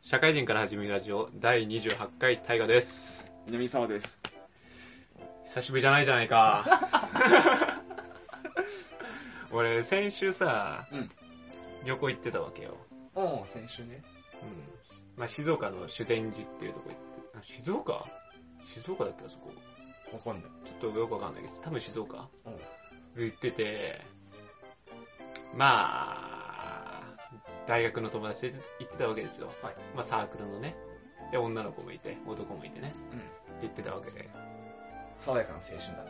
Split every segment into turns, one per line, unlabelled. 社会人から始めるラジオ第28回大河です
南沢です。
久しぶりじゃないじゃない か俺先週さ、
うん
旅行行ってたわけよ、
うん、先週ね。
うんまあ、静岡の修善寺っていうとこ行ってあ静岡静岡だっけあそこ
わかんない。
ちょっとよくわかんないけど多分静岡
うん。
で行っててまあ大学の友達で行ってたわけですよ、
はい
まあ、サークルのねで女の子もいて男もいてね、
うん
って言ってたわけで
爽やかな青春だ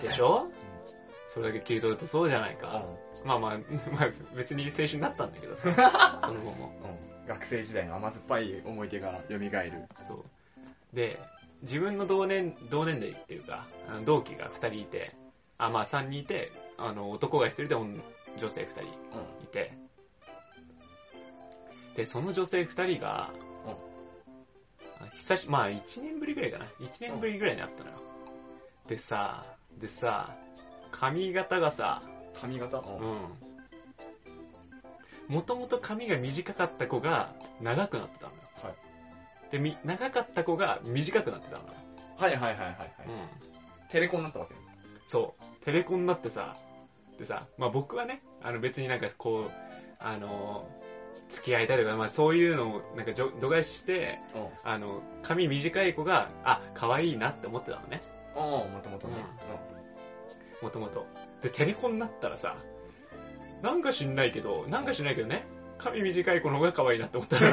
ね。
でしょそれだけ切り取るとそうじゃないか、まあまあ、 まあ、別に青春だったんだけどさその後も
うん。学生時代の甘酸っぱい思い出が蘇る。
そうで自分の同年同年代っていうかあの同期が2人いてあまあ3人いてあの男が1人で女女性2人
う
いて、で、その女性二人が、
うん
あ久し、まあ一年ぶりぐらいかな。一年ぶりぐらいに会ったのよ。でさ、でさ、髪型がさ、
ん。髪型
う。
うん
もともと髪が短かった子が長くなってたのよ。
はい
で、み、長かった子が短くなってたのよ。
はいはいはいはい。はい
うん。
テレコになったわけね。
そう、テレコになってさ、でさ、まあ僕はね、あの別になんかこう、あの、付き合いたいとか、まあそういうのをなんかじょ度外視して、
うん。
あの、髪短い子が、あ、可愛いなって思ってたのね、
うん、もともとね。
もともと。で、テレコになったらさ、なんか知んないけど、なんか知んないけどね、髪短い子の方が可愛いなって思ったの。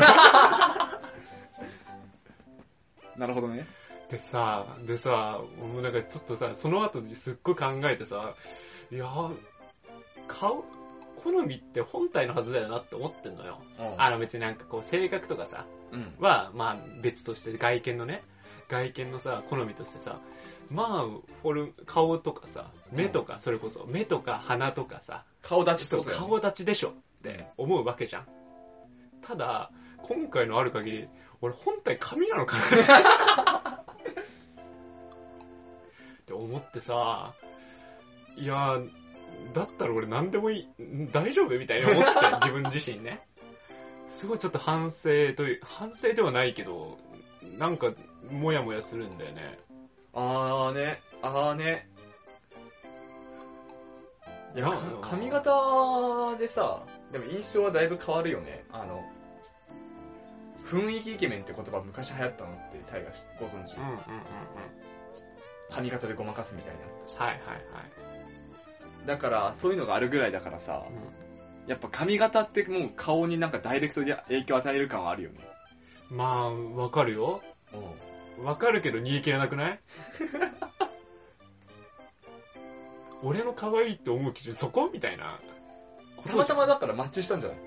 うん。なるほどね。
でさ、でさ、もうなんかちょっとさ、その後すっごい考えてさ、いやー、顔、好みって本体のはずだよなって思ってんのよ。
うん
あの別になんかこう性格とかさ、
うん。
は、まあ別として外見のね、外見のさ、好みとしてさ、まあ、フォルム、顔とかさ、目とか、それこそ、目とか鼻とかさ、
顔立ちっ
ち
て
ょっ
こ
と
とだよね
顔立ちでしょって思うわけじゃん。ただ、今回のある限り、俺本体紙なのかなって。って思ってさ、いやー、だったら俺何でもいい、ん大丈夫みたいに思って た自分自身ね。すごいちょっと反省という、反省ではないけど、なんか、もやもやするんだよね。
あーね。あーね。いや、
な
か髪型でさ、でも印象はだいぶ変わるよね。あの、雰囲気イケメンって言葉昔流行ったのって、タイガー知ご存知
うんうんうんうん。
髪型でごまかすみたいな。
はいはいはい。
だから、そういうのがあるぐらいだからさ
う、ん
やっぱ髪型ってもう顔になんかダイレクトで影響を与える感はあるよね。
まあ、わかるよ。
う
わかるけど煮え切れなくない 俺の可愛いって思う基準そこみたいな。
たまたまだからマッチしたんじゃない、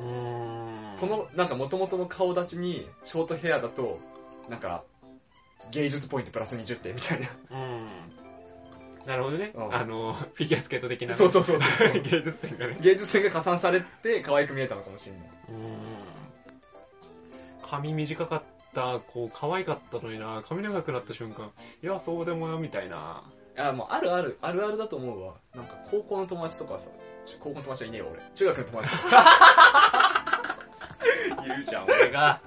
うーん。
そ、の、なんか元々の顔立ちに、ショートヘアだと、なんか、芸術ポイントプラス20点みたいな。
うん。なるほどね。
うん
あの、フィギュアスケート的な。
そうそうそうそう
う。 芸術点がね。
芸術点が加算されて、可愛く見えたのかもしれない。
うーん。髪短かった、こう、可愛かったのにな。髪長くなった瞬間、いや、そうでもよ、みたいな。
あ、もうあるある、あるあるだと思うわ。なんか高校の友達とかさ、ち高校の友達はいねえよ俺。中学の友達 とか。
いるじゃん、 俺が。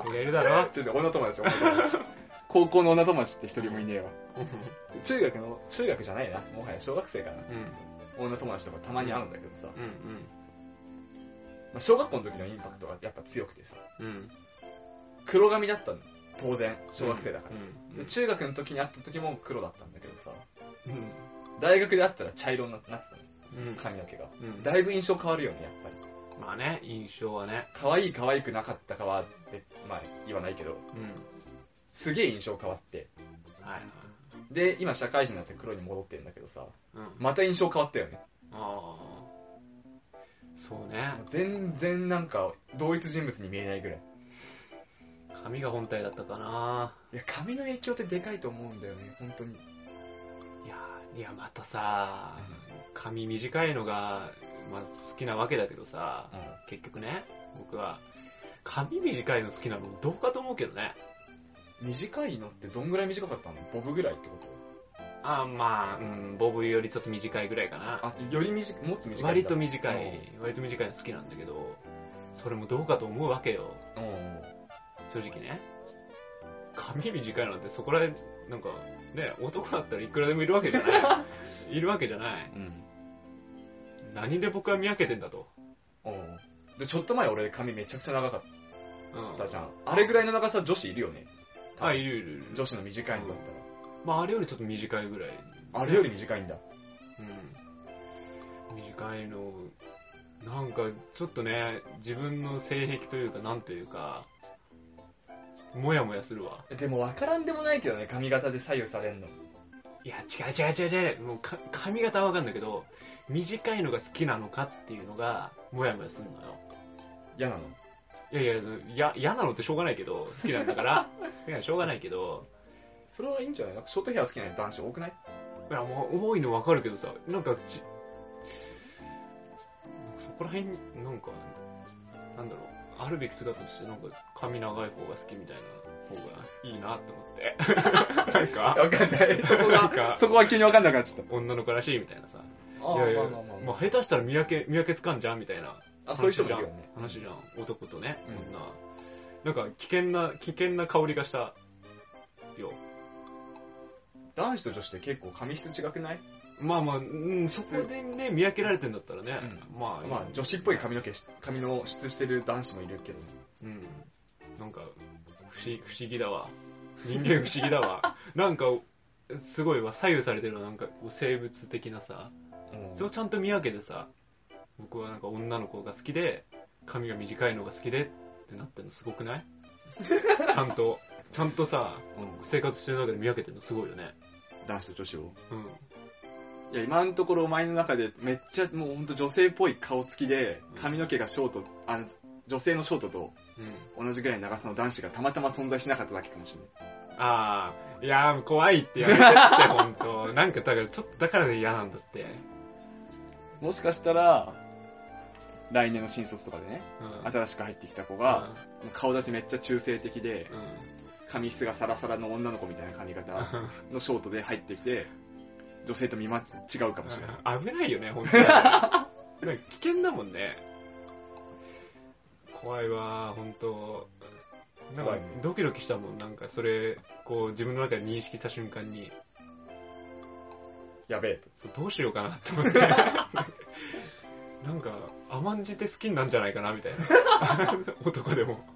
俺がいるだろ。
ちょっと女友達、女友達。 高校の女友達って一人もいねえわ。
う
中学の、中学じゃないな。もはや小学生かな。
ん。
女友達とかたまに会うんだけどさ、ま
うんうん。
あ、小学校の時のインパクトがやっぱ強くてさ、
うん。
黒髪だったの。当然、小学生だから。
うん。
で中学の時に会った時も黒だったんだけどさ、
うん。
大学で会ったら茶色になってたの、
うん。
髪の毛が。
うん
だいぶ印象変わるよね、やっぱり。
まあね、印象はね。
可愛い可愛くなかったかは、えまあ言わないけど、
うん。
すげえ印象変わって。
はいはい。
で、今社会人になって黒に戻ってんだけどさ、
うん。あ
また印象変わったよね。
あー。そうね。
もう全然なんか同一人物に見えないぐらい。
髪が本体だったかな。
いや、髪の影響ってでかいと思うんだよね、本当に。
いやー、いや、またさ、髪短いのが、まあ好きなわけだけどさ、
うん
結局ね、僕は、髪短いの好きなのもどうかと思うけどね。
短いのってどんぐらい短かったのボブぐらいってこと
あーまあ、うん、ボブよりちょっと短いぐらいかな。
あ、より短い、もっと短いんだ。
割と短
う
い、割と短いの好きなんだけど、それもどうかと思うわけよ。
お
正直ね。髪短いなんてそこら辺、なんか、ね、男だったらいくらでもいるわけじゃ ない。いるわけじゃない。
うん。
何で僕は見分けてんだと。
おうで、ちょっと前俺髪めちゃくちゃ長かっ
うん
たじゃん。あれぐらいの長さ女子いるよね。
あ、いるいるいる。
女子の短いんだった
まあ、あれよりちょっと短いぐらい。
ら。あれより短いんだ。
うん。短いの、なんか、ちょっとね、自分の性癖というか、なんというか、もやもやするわ。
でも分からんでもないけどね、髪型で左右されんの。
いや、違う違う違う違う。もうか、髪型はわかんないけど、短いのが好きなのかっていうのが、もやもやするのよ。
嫌なの
いやいやその、いや、嫌なのってしょうがないけど、好きなんだ から。いや、しょうがないけど、
それはいいんじゃないなんかショートヘア好きな男子多くない
いや、もう、多いのわかるけどさ、なんか、ち、なんかそこら辺、なんか、なんだろう、あるべき姿として、なんか、髪長い方が好きみたいな方がいいなって 思って。なんか、
わかんない。 そこ
なん
が、
か、
そこは急にわかんなくなっちゃっ
女の子らしいみたいなさ。
た。
いやいや、
まあまあま
まあ、下手したら見分け、見分けつかんじゃんみたいな。
あ。あ、そういう人もいるよね。
話じゃん男とね、
うん
女なんか危険な危険な香りがしたよ
男子と女子って結構髪質違くない
まあまあ、うん、そこでね見分けられてんだったらね、まあ、
まあ、女子っぽい髪の毛し、髪の質してる男子もいるけどね。
うんなんか不思不思議だわ人間不思議だ わなんかすごいわ左右されてるのなんかこう生物的なさそれをちゃんと見分けてさ僕はなんか女の子が好きで髪が短いのが好きでってなってるのすごくない ちゃんとちゃんとさ
うん
生活してる中で見分けてるのすごいよね
男子と女子を。
うん。
いや、今のところお前の中でめっちゃもうほんと女性っぽい顔つきで、髪の毛がショート、あの、女性のショートと
うん。
同じぐらいの長さの男子がたまたま存在しなかっただけかもしれ
ああ、いやー、怖いってやめ てって、ほんと。なんか、だから、ちょっと、だからね、嫌なんだって。
ない。もしかしたら、来年の新卒とかでね、
うん。
新しく入ってきた子が、もう顔立ちめっちゃ中性的で、
うん、
髪質がサラサラの女の子みたいな髪型のショートで入ってきて、女性と見ま、違うかもしれない。
うん。危ないよね、ほ んとに。なんか危険だもんね。怖いわー、ほんと。なんか
怖いね、
ドキドキしたもん。なんか、それ、こう、自分の中で認識した瞬間に、
やべえと。
そうどうしようかなって思 って。なんか、甘んじて好きになんじゃないかな、みたい な。男でも。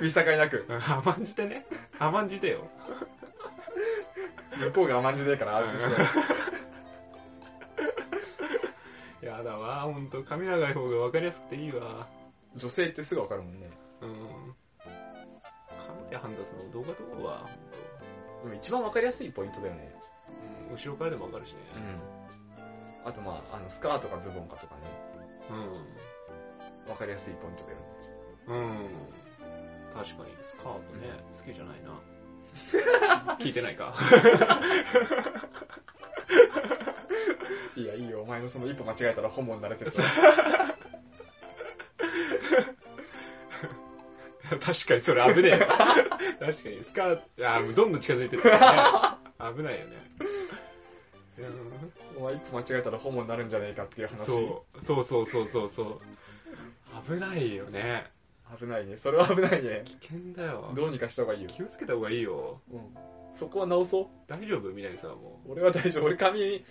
見境なく、
甘んじてね。甘んじてよ。
向こうが甘んじてるから安心しない。
やだわ、ほんと。髪長い方が分かりやすくていいわ。
女性ってすぐわかるもんね。
うん。髪で判断するの動画と思うわ、ほんと。
でも一番わかりやすいポイントだよね。
うん、後ろからでも分かるしね。
あとまあ、あの、スカートかズボンかとかね、わかりやすいポイントだよね。
うん。うん。確かに、スカートね、好きじゃないな。聞いてない か。
いや、いいよ、お前のその一歩間違えたらホモになる説。
確かにそれ危ねえよ。 確かに、スカート、あーもうどんどん近づいてるからね。危ないよね。うん
お前一歩間違えたらホモになるんじゃねえかっていう話。
そうそうそうそうそうそう危ないよね
危ないね。それは危ないね。
危険だよ
どうにかした方がいいよ。
気をつけた方がいいよ
うん。そこは直そう。
大丈夫みなみさんはもう
俺は大丈夫。俺髪、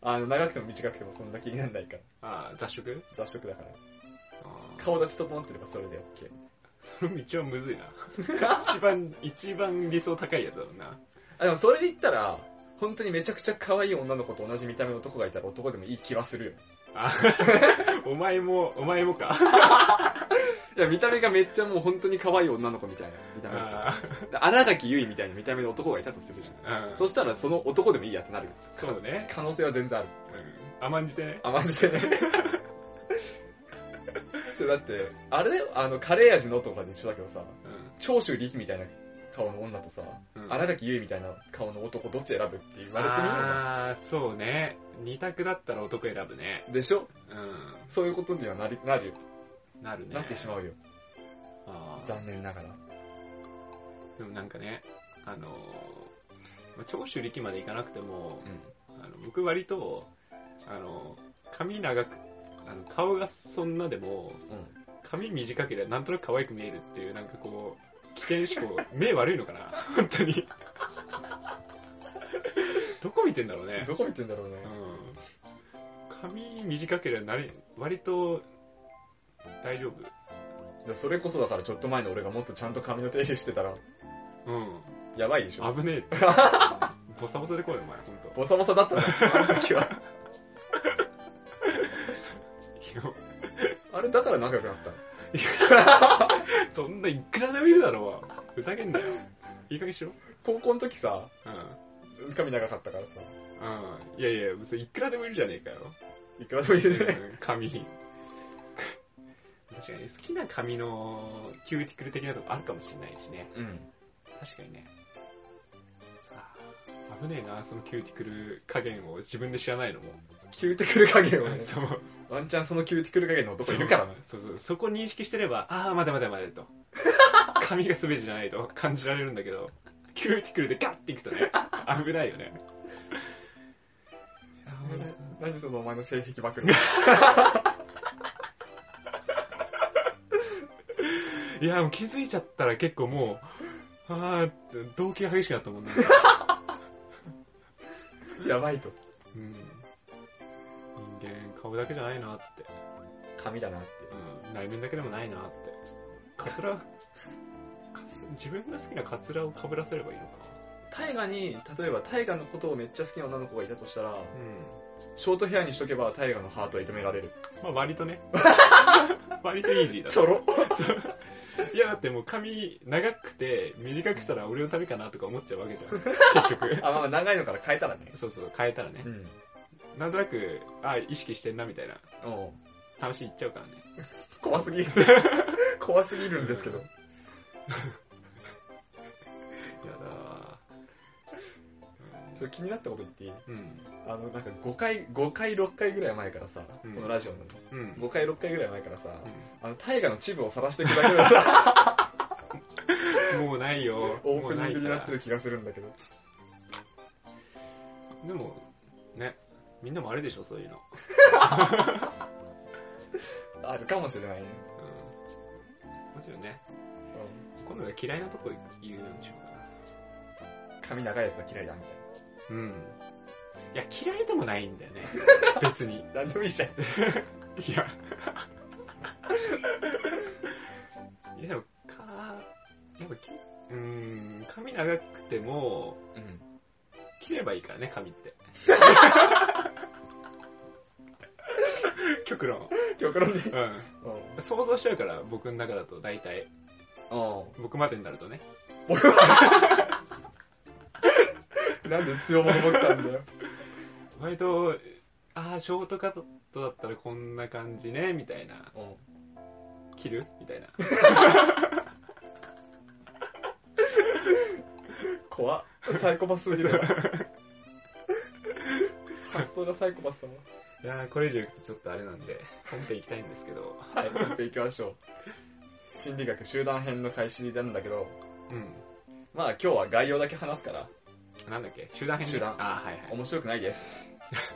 あの、長くても短くてもそんな気にならないから。
ああ雑食
雑食だから。
ああ
顔立ち整ってればそれで OK。
その道はむずいな 一番一番理想高いやつだもんな
あ、でもそれで言ったら、本当にめちゃくちゃ可愛い女の子と同じ見た目の男がいたら男でもいい気はするよ。
あ お前もお前もか
いや、見た目がめっちゃもう本当に可愛い女の子みたいな見た目だ
あ
った。穴垣結衣みたいな見た目の男がいたとするじゃ
あうん
ん。
そ
そしたらその男でもいいやってなる。
うね、
可能性は全然ある。
うん、甘んじてね
あ、マジでね。ちょだって、あれだよ、あの、カレー味のとかで一緒だけどさ、長州力みたいな顔の女とさ、
うん、うん、
荒垣結衣みたいな顔の男どっち選ぶって言われてみようよ
ああそうね二択だったら男選ぶね
でしょ
う
そういうことにはなりなるよ、
んなるね
なってしまうよ。
ああ
残念ながら。
でもなんかね、あのーまあ長州力までいかなくても、
う
あの僕割と、あのー髪長くあの顔がそんなでも、
うん。
髪短ければなんとなく可愛く見えるっていう、なんかこう、危険 思考、目悪いのかな本当に。どこ見てんだろうね。
どこ見てんだろうね。
うん。髪短ければなれ、割と、大丈夫。
でそれこそだからちょっと前の俺がもっとちゃんと髪の手入れしてたら、
うん。
やばいでしょ。
危ねえ。 ボサボサで来いよ、お前、ほんと。
ボサボサだったじゃん、あの時は。
いや
あれだから仲良くなったの。
そんないくらでもいるだろう。ふざけんなよ。いい加減しろ。
高校の時さ、
うん。
髪長かったからさ、
うん。いやいや、それいくらでもいるじゃねえかよ。
いくらでも言うね。
うん髪。確かに、好きな髪のキューティクル的なとこあるかもしれないしね。
うん。
確かにね。あー危ねえな、そのキューティクル加減を自分で知らないのも。
キューティクル加減をね、
そう。
ワンチャンそのキューティクル加減の男いるからな。
そうそう。そこ認識してれば、ああ、待て待て待てと。髪が全てじゃないと感じられるんだけど、キューティクルでガッていくと ね、危ないよね。
何そのお前の性癖暴露。
いや、もう気づいちゃったら結構もう、ああ、動機が激しくなった もんね。
やばいと。
うん。人間、顔だけじゃないなって。
髪だなって。
うん。内面だけでもないなって。カツラ、カツ自分が好きなカツラを被らせればいいのか
大河に、例えば大河のことをめっちゃ好きな女の子がいたとしたら、
な。う
ショートヘアにしとけば大河のハートは射止められる。
ん。まあ割と ね。割とイージーだ
ちょろ
いやだってもう髪長くて短くしたら俺のためかなとか思っちゃうわけじゃん。 結局。
あ、まあ長いのから変えたらね。
そうそう、変えたらね
う。ん。
なんとなく、あ意識してんなみたいな
おう
話いっちゃうからね。
怖すぎ る。怖すぎるんですけど。
やだ
ちょっと気になったこと言っていい
ーうん。
あの、なんか5回、5回、6回ぐらい前からさ、
うん
このラジオの
うん。うん。
5回、6回ぐらい前からさ、
うん
あの、大河のチブを晒していくだけの さ、
もうないよ。
オープニングに
もう
ないっ
か
てる気がするんだけど。
らでも、ね、みんなもあれでしょ、そういうの。
あるかもしれないね。
うん。もちろんね、
う
今度は嫌いなとこ言うんでしょうか
ん髪長いやつは嫌いだ、みたい
な。うん。いや、嫌いでもないんだよ ね。別に。
な。なんでもいいじゃん。
いや。 いや、でも、か、やっぱき、うーん、髪長くても、
うん。
切ればいいからね、髪って。 極論。
極論ね。
う
うん。
ん。想像しちゃうから、僕の中だと大体。
う
僕までになるとね。
ん。なんで強者僕なんだよ。
割と、ああ、ショートカットだったらこんな感じね、みたいな。
うん。
切るみたいな。
怖っサイコパスすぎる わ発想がサイコパスだもん
いやー、これ以上いくとちょっとあれなんで、本編行きたいんですけど。
はいやっていきましょう心理学集団編の開始なんだけど
うん。
まあ今日は概要だけ話すから
なんだっけ集団編
集団
ああ、はいはい。
面白くない です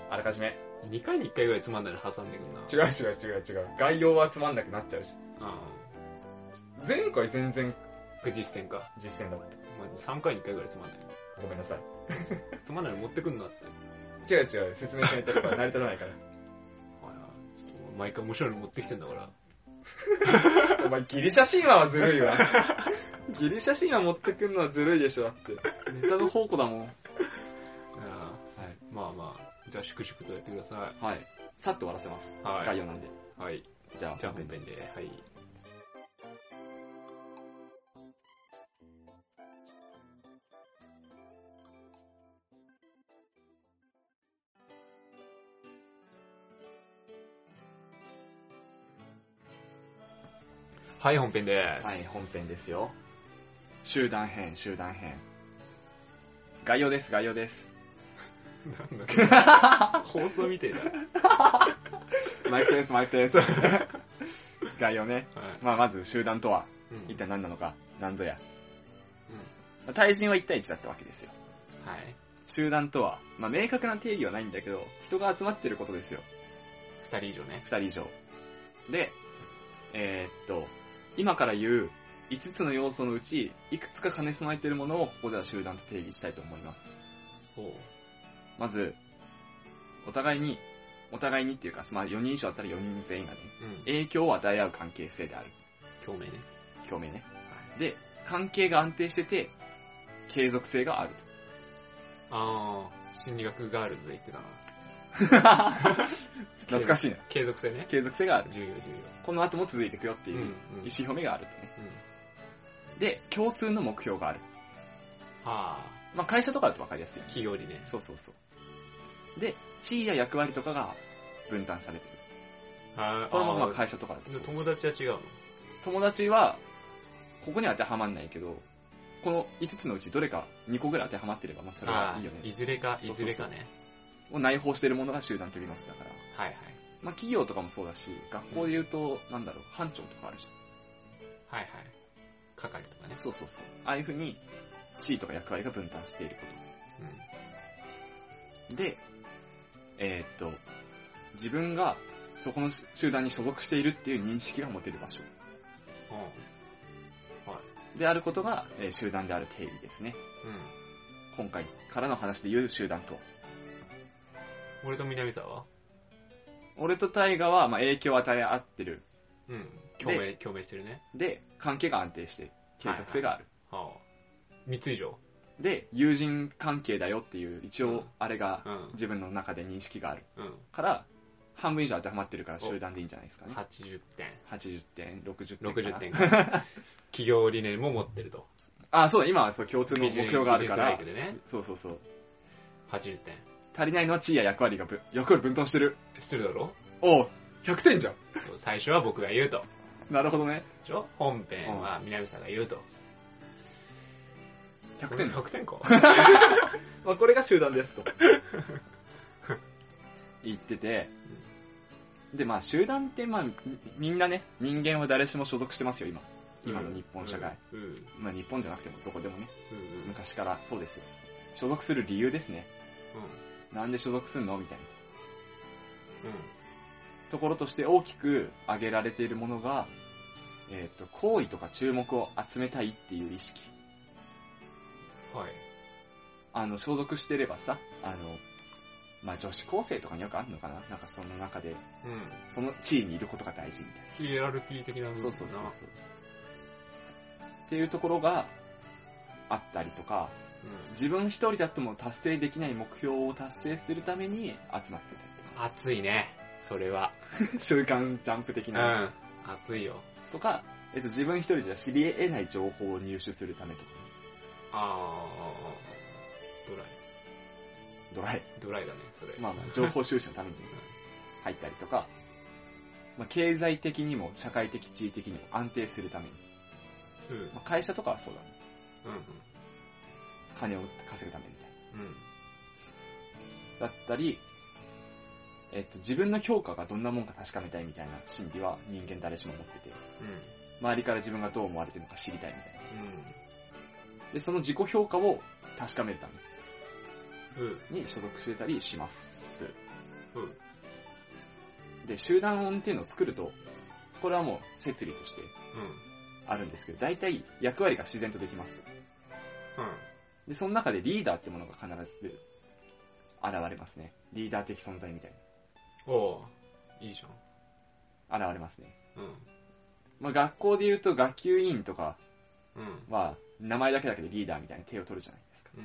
あらかじめ
2回に1回ぐらいつまんないの挟んでくんな。
違う違う違う違う概要はつまんなくなっちゃうし
う
前回全然
ん。実践か。
実践だった
まあ、3回に1回ぐらいつまんない。
ごめんなさい
つまんないの持ってくんなって。
違う違う説明しないとやっぱ成り立たないか
あらちょっと毎回面白いの持ってきてんだから。
らお前ギリシャ神話はずるい わギリシャ神話持ってくんのはずるいでしょだってネタの宝庫だもん
あ
はい
ーまあまあ、じゃあ粛々とやってくださ
はいさっと終わらせます
い。は
概
い。
要なんで
はい。
じゃあ
じゃあ本編で、はい。はい、本編です。
はい、本編ですよ。集団編、集団編。概要です、概要です。
なんだ っけ放送みたいだ。
マイクです、マイク です。概要ね。
はい。
まあ、まず集団とは、
うん
一体何なのか、何ぞや。まあ対人は1対1だったわけですよ。
はい。
集団とは、まあ、明確な定義はないんだけど、人が集まってることですよ。
二人以上ね。
2人以上。で、えーっと、今から言う5つの要素のうち、いくつか兼ね備えているものをここでは集団と定義したいと思います。
ほ
まず、お互いに、お互いにっていうか、まあ4人以上あったら4人全員がね、
う。うん。
影響を与え合う関係性である。
共鳴ね。
表明ね。で、関係が安定してて、継続性がある。
あー、心理学ガールズで言ってたな。
懐かしいな。
継続性ね。
継続性がある。
重要、重
この後も続いていくよって
要。
いううん
う
意、
ん。
思表明があるとね。
うん。
で、共通の目標がある。
あ
まあ、会社とかだと分かりやすいよ
ー、
ね。
企業理念。
そうそうそう。で、地位や役割とかが分担されてる。
あー
これもまあ
あー
会社とかだとそ
で
うで
友
す
達は違うの
友達は、ここには当てはまんないけど、この5つのうちどれか2個ぐらい当てはまってれば、まあ、それ
あ
は
あ
いいよね。
いずれか、
そ
いう
そ
ず
うそう
れかね。
を内包してるものが集団と呼びます。だから。
はいはい。
まあ、企業とかもそうだし、学校で言うと、なんだろう、班長とかあるじ
はいはい。係とかね
ゃん。。そうそうそう。ああいう風に、地位とか役割が分担しているこ
う
と。で、えーっと、自分が、そこの集団に所属しているっていう認識が持てる場所
ん。うん。
であることが、えー集団である定義ですね。
うん。
今回からの話で言う集団とは。
俺と南沢は
俺と大河は、まあ、影響を与え合ってる。
うん。共鳴、共鳴してるね。
で、関係が安定して、継続性がある。
はあ。三つ以上
で、友人関係だよっていう、一
う
応
ん、
あれが
う、ん。
自分の中で認識がある。
うん。
から、半分以上当てはまってるから集団でいいんじゃないですかね。
80点。
80点、60点か
60
な。
点かな。企業理念も持ってると。
あ、そうだ、今はそう共通の目標があ
ビ
るから
ジ。ネスライクでね。
そうそうそう。
80点。
足りないのは地位や役割がぶ、役割分担してる。
してるだろ
おう、100点じゃん。
最初は僕が言うと。
なるほどね。
でしょ本編は南沢が言うと。
100点。
100点か。
まあ、これが集団ですと。 言ってて、で、まあ、集団って、まあ、みみんなね、人間は誰しも所属してますよ、今。 今の日本社会。
うん。うん。
まあ、日本じゃなくてもどこでもね、
うん。うん。
昔からそうですよ。所属する理由ですね。
う
なんで所属すんのみたいな。
ん。
ところとして大きく挙げられているものが、えっ、と、好意とか注目を集めたいっていう意識。
うん。はい。
あの、所属してればさ、あの、まあ、女子高生とかによくあるのかななんかその中で、
うん。
その地位にいることが大事みたい
ヒエラルキー的な部
な。
分
そうそうそうそう。っていうところがあったりとか、自分一人だとも達成できない目標を達成するために集まってたりと
うん。熱いね。それは。
か、週刊ジャンプ的
う
な、
ん。熱いよ。
とか、えっと、自分一人じゃ知り得ない情報を入手するためとか、
あー、ドライ。
ドライ。
ドライだね、それ。
まあまあ、情報収集のために入ったりとか、まあ、経済的にも社会的地位的にも安定するために。
うん。うん。うん。
まあ、会社とかはそうだね。金を稼ぐためみたい
うん。
な。だったり、えっと、自分の評価がどんなもんか確かめたいみたいな心理は人間誰しも持ってて、
うん。
周りから自分がどう思われてるのか知りたいみたいな。
う
で、その自己評価を確かめるた
ん。うん。
めに所属してたりします。
うん。
で、集団っていうのを作ると、これはもう摂理としてあるんですけど、大体役割が自然とできますと。で、その中でリーダーってものが必ず現れますね。リーダー的存在みたい
うん。おー、いいじゃ
に現れますね。
ん。うん。
まあ、学校で言うと学級委員とか
うん。
は名前だけだけでリーダーみたいに手を取るじゃないですか。
うん。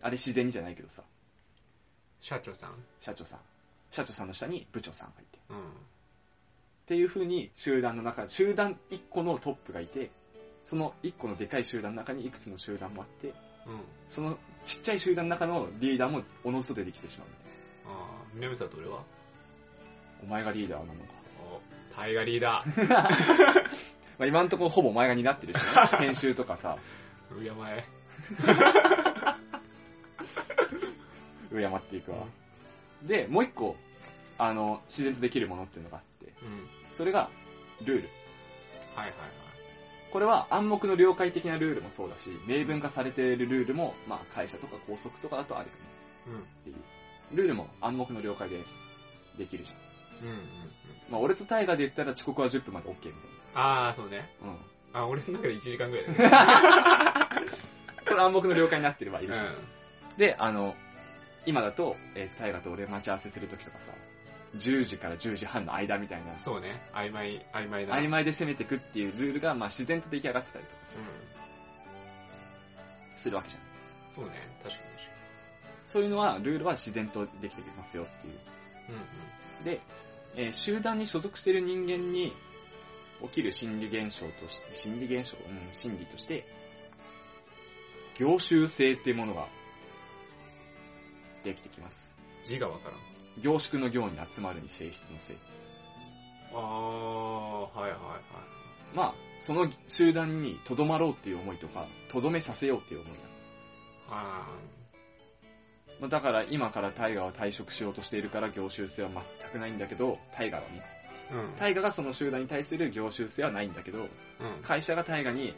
あれ自然にじゃないけどさ、
社長さん。
社長さん。社長さんの下に部長さんがいて。
うん。
っていう風に集団の中、集団1個のトップがいて、その1個のでかい集団の中にいくつの集団もあって、
うん。
そのちっちゃい集団の中のリーダーもおのずと出てきてしまうみたいな。
あー、南沢と俺は
お前がリーダーなのか。
お、タイガリーダー。
まあ、今んところほぼお前が担ってるしね。編集とかさ、
うやまえ。
敬っていくわ。で、もう一個、あの、自然とできるものっていうのがあって、
うん。
それが、ルール。
はいはいはい。
これは暗黙の了解的なルールもそうだし、明文化されているルールも、まあ会社とか校則とかだとあるよね
うん。
っていう。ルールも暗黙の了解でできるじゃん。
うんうんうん。
まあ、俺と大河で言ったら遅刻は10分まで OK みたい
ああ、そうね。
な。う
あ、
ん。
俺の中で1時間ぐらいだね。
これ暗黙の了解になってれば
う
い
ん
るし。。で、あの、今だと、えー、大河と俺待ち合わせするときとかさ、10時から10時半の間みたいな、
そうね。曖昧、曖昧だ。
曖昧で攻めてくっていうルールが、まあ自然と出来上がってたりとか
うん。
するわけじゃん。
そうね。確かに
そういうのは、ルールは自然とできてきますよっていう。
確かに。う
で、えー集団に所属している人間に起きる心理現象として、心理現象、うん、心理として、凝集性っていうものができてきます。
ん。字がわからん。
凝縮の行に集まるに性質の性。
ああ、はいはいはい。
まあ、その集団に留まろうっていう思いとか、留めさせようっていう思いだ。
あ
まあ、だから今からタイガーを退職しようとしているから凝集性は全くないんだけど、タイガーはね。
ーうん。
タイガーがその集団に対する凝集性はないんだけど、
うん。
会社が大河に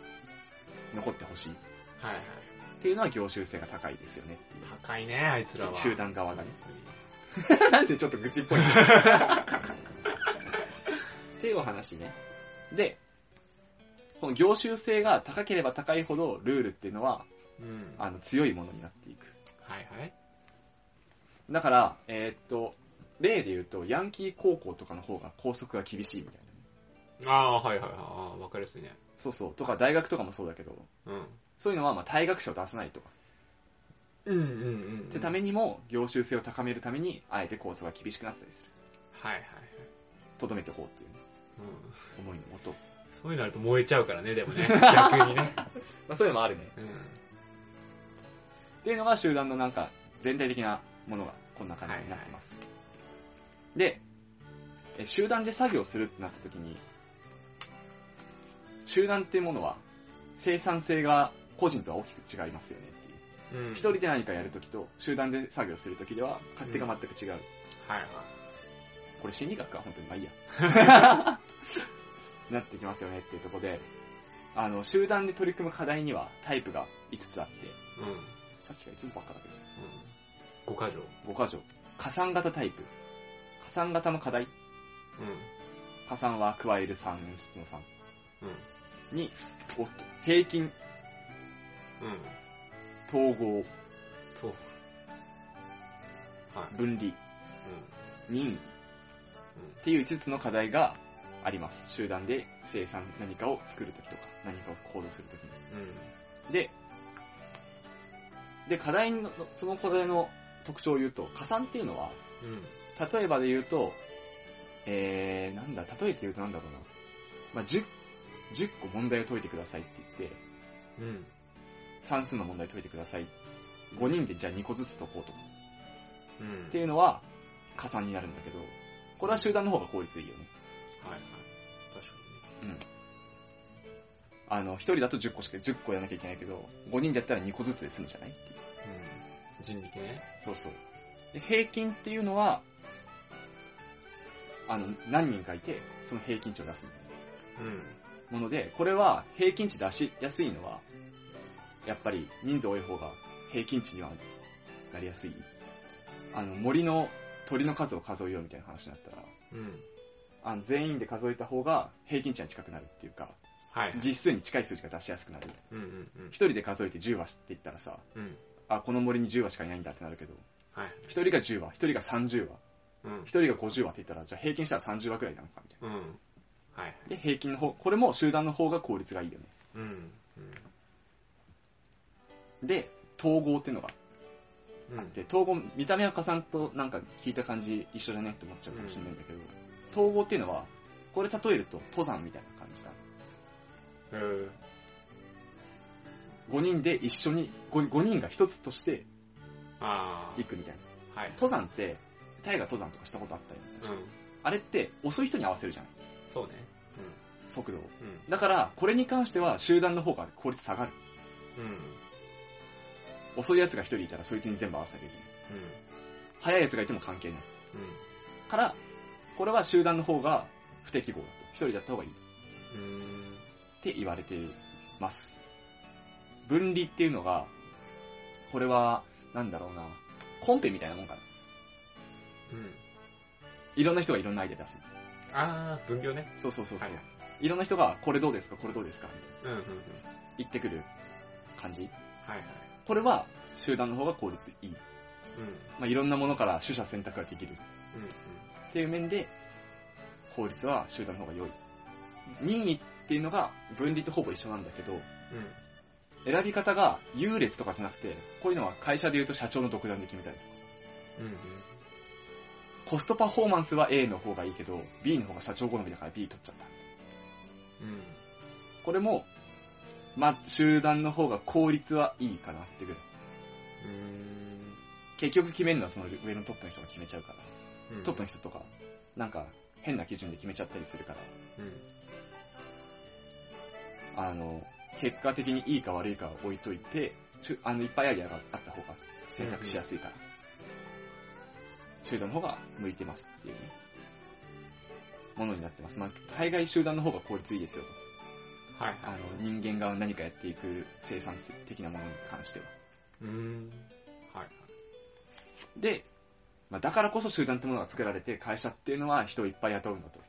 残ってほしいっ
はいはい。
ていうのは業種性が高いですよね。
高いね、あいつらは。
集団側
本
がね。
当に。
なんでちょっと愚痴っぽいのっていうお話ね。で、この業種性が高ければ高いほどルールっていうのは
うん。は
あの強いものになっていく。
いはい。
だから、えーっと、例で言うと、ヤンキー高校とかの方が校則が厳しいみたいな。
ああ、はいはいはい。ああー、わかりやすいね。
そうそう。とか大学とかもそうだけど、
うん。
そういうのはまあ退学者を出さないとか。
うんうんうん。
ってためにも、業種性を高めるために、あえて校則が厳しくなったりする。
はいはいはい。
とどめておこうっていう、
うん。
思いのもと。
そういうのあると燃えちゃうからね、でも ね。逆にね。
まあそういうのもあるね。
うん。
っていうのが集団のなんか全体的なものがこんな感じになってます。で、え集団で作業するってなった時に、集団っていうものは生産性が個人とは大きく違いますよねっていう。
うん。
一人で何かやるときと集団で作業するときでは勝手が全く違う。
はいはい。
これ心理学か本当にまあいいや。なってきますよねっていうところで、あの、集団で取り組む課題にはタイプが5つあって、
うん。うん。
さっきから5つばっかだけど、
五箇条。
5箇条。加算型タイプ。加算型の課題。
うん。
加算は加える3の3。
う
に、おっと、平均、
ん。うん。
統合、
と。はい。
分離、任意。っていう5つの課題があります。集団で生産、何かを作るときとか、何かを行動するときに。
うん。うん。
で、で、課題の、その課題の特徴を言うと、加算っていうのは、
うん。
例えばで言うと、えー、なんだ、例えて言うとなんだろうな。まあ、10、10個問題を解いてくださいって言って、
うん。
算数の問題解いてください。5人でじゃあ2個ずつ解こうとか。
うん。
っていうのは、加算になるんだけど、これは集団の方が効率いいよね。
はいはい。確か
あの、1人だと10個しか、10個やらなきゃいけないけど、5人でやったら2個ずつで済むじゃないっていう
にね。うん。人力ね。
そうそう。で平均っていうのは、あの、何人かいて、その平均値を出すみたいな。
うん。
もので、これは平均値出しやすいのは、やっぱり人数多い方が平均値にはなりやすい。あの、森の鳥の数を数えようみたいな話になったら、
うん。
あの全員で数えた方が平均値に近くなるっていうか、
はいはい。
実数に近い数字が出しやすくなる。
うんうんうん
一。人で数えて10羽って言ったらさ、
うん。
あ、この森に10羽しかいないんだってなるけど、
はい。
一人が10羽、一人が30羽、
うん。
一人が50羽って言ったら、じゃあ平均したら30羽くらいなのかみたい
うん。はいはい。
な。で、平均の方、これも集団の方が効率がいいよね。
うん。うん。
で、統合っていうのが
うん。
で、統合、見た目は加算となんか聞いた感じ一緒だねって思っちゃうかもしれないんだけど、統合っていうのは、これ例えると登山みたいな感じだ。
えー
5人で一緒に、5, 人が一つとして
あ
行くみたいな。
あ。はい。
登山って、タイが登山とかしたことあったよ、ね
うん。
あれって遅い人に合わせるじゃん、
そうね。
速度を。
うん。うん。
だから、これに関しては集団の方が効率下がる。
うん。
遅い奴が一人いたらそいつに全部合わせなきゃいけない。
うん。
速い奴がいても関係ない。
うん。
から、これは集団の方が不適合だと。一人だった方がいい。
うーん。
って言われています。分離っていうのが、これは、なんだろうな、コンペみたいなもんかな。
うん。
いろんな人がいろんなアイデア出す。
あー、分量ね。
そうそうそうそ
は
う。
いいはい
ろんな人が、これどうですかこれどうですかみたいな
うんうんうん。
言ってくる感じ。
はいはい。
これは、集団の方が効率いい。
うん。うん
まあ、いろんなものから取捨選択ができる。っていう面で、効率は集団の方が良い。任意っていうのが分離とほぼ一緒なんだけど、
うん。うん。
選び方が優劣とかじゃなくて、こういうのは会社で言うと社長の独断で決めたりとか。
うんうん。
コストパフォーマンスは A の方がいいけど、B の方が社長好みだから B 取っちゃった。
うん。
これも、まあ、集団の方が効率はいいかなってぐらい。結局決めるのはその上のトップの人が決めちゃうから。
うん。
トップの人とか、なんか変な基準で決めちゃったりするから。
うん。
あの、結果的にいいか悪いかは置いといて、ちゅあの、いっぱいアイデアがあった方が選択しやすいから。集団の方が向いてますっていうね。ものになってます。まあ、大概集団の方が効率いいですよと。
はい
あ
は
の
い。、
人間が何かやっていく生産性的なものに関しては。
うーん。はい。
で、まあ、だからこそ集団ってものが作られて、会社っていうのは人をいっぱい雇うんだと。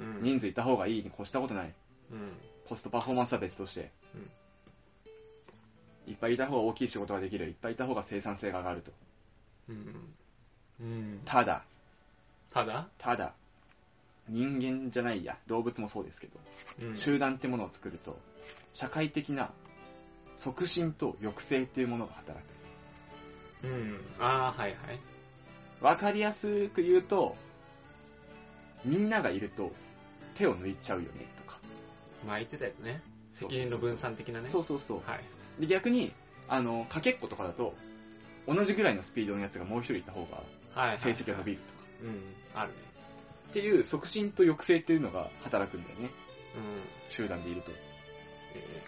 うん。
人数いた方がいいに越したことない。
うん。
コストパフォーマンスは別として、いっぱいいた方が大きい仕事ができるいっぱいいた方が生産性が上がると
うん。うん。
ただ
ただ
ただ人間じゃないや動物もそうですけど、
うん。
集団ってものを作ると社会的な促進と抑制っていうものが働く
うん。あー、はいはい。
わかりやすく言うとみんながいると手を抜いちゃうよねとか
巻いてたやつね。責任の分散的なね。
そううそうそう
はい。
で逆にあのかけっことかだと同じぐらいのスピードのやつがもう一人いた方が
はいはい。
成績が伸びるとか
うん。あるね。
っていう促進と抑制っていうのが働くんだよね。
うん。
集団でいると。
え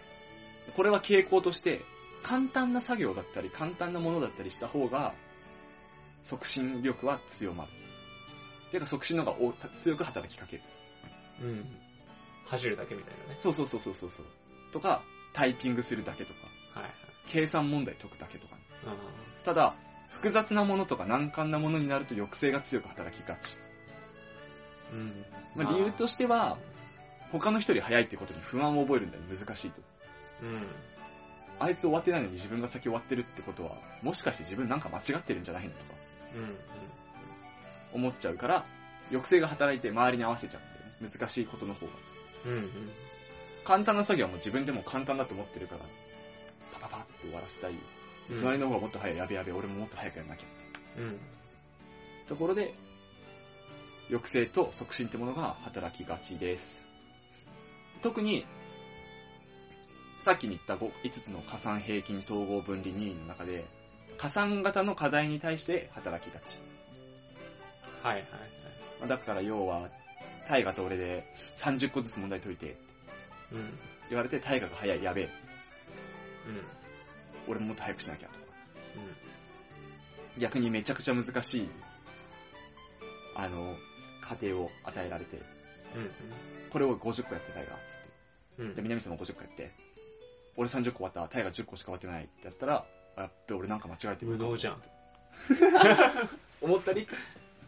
これは傾向として、簡単な作業だったり、簡単なものだったりした方が、促進力は強まる。ていうか促進の方がお強く働きかける。
ーうん。走るだけみたいなね。
そうそうそうそうそうそう。とか、タイピングするだけとか、
はいはい。
計算問題解くだけとか。
う
ただ、複雑なものとか難関なものになると抑制が強く働きがち。
ん。うん。
まあ、理由としては、他の人より早いってことに不安を覚えるんだよね。難しいと。
うん。
あいつ終わってないのに自分が先終わってるってことは、もしかして自分なんか間違ってるんじゃないのとか
うん。
思っちゃうから、抑制が働いて周りに合わせちゃうんだよね。難しいことの方が。
うん。うん。
簡単な作業はもう自分でも簡単だと思ってるから、パパパッと終わらせたい。
うん。
隣の方がもっと早い、やべやべ、俺ももっと早くやんなきゃ。
うん。
ところで、抑制と促進ってものが働きがちです。特に、さっきに言った 5, つの加算平均統合分離任意の中で、加算型の課題に対して働きがち。
はいはいはい。
まあだから要は、大河と俺で30個ずつ問題解いて、
うん。うん。
言われて大河が早い、やべえ、俺もっと早くしなきゃとか。逆にめちゃくちゃ難しい、あの、過程を与えられて、
うん。
これを50個やって大河、つって。
うん。うん
じゃあ。南さんも50個やって。俺30個終わった。タイが10個しか終わってない。ってやったら、あやっべ、俺なんか間違えてる
無能じゃん。
思ったりっ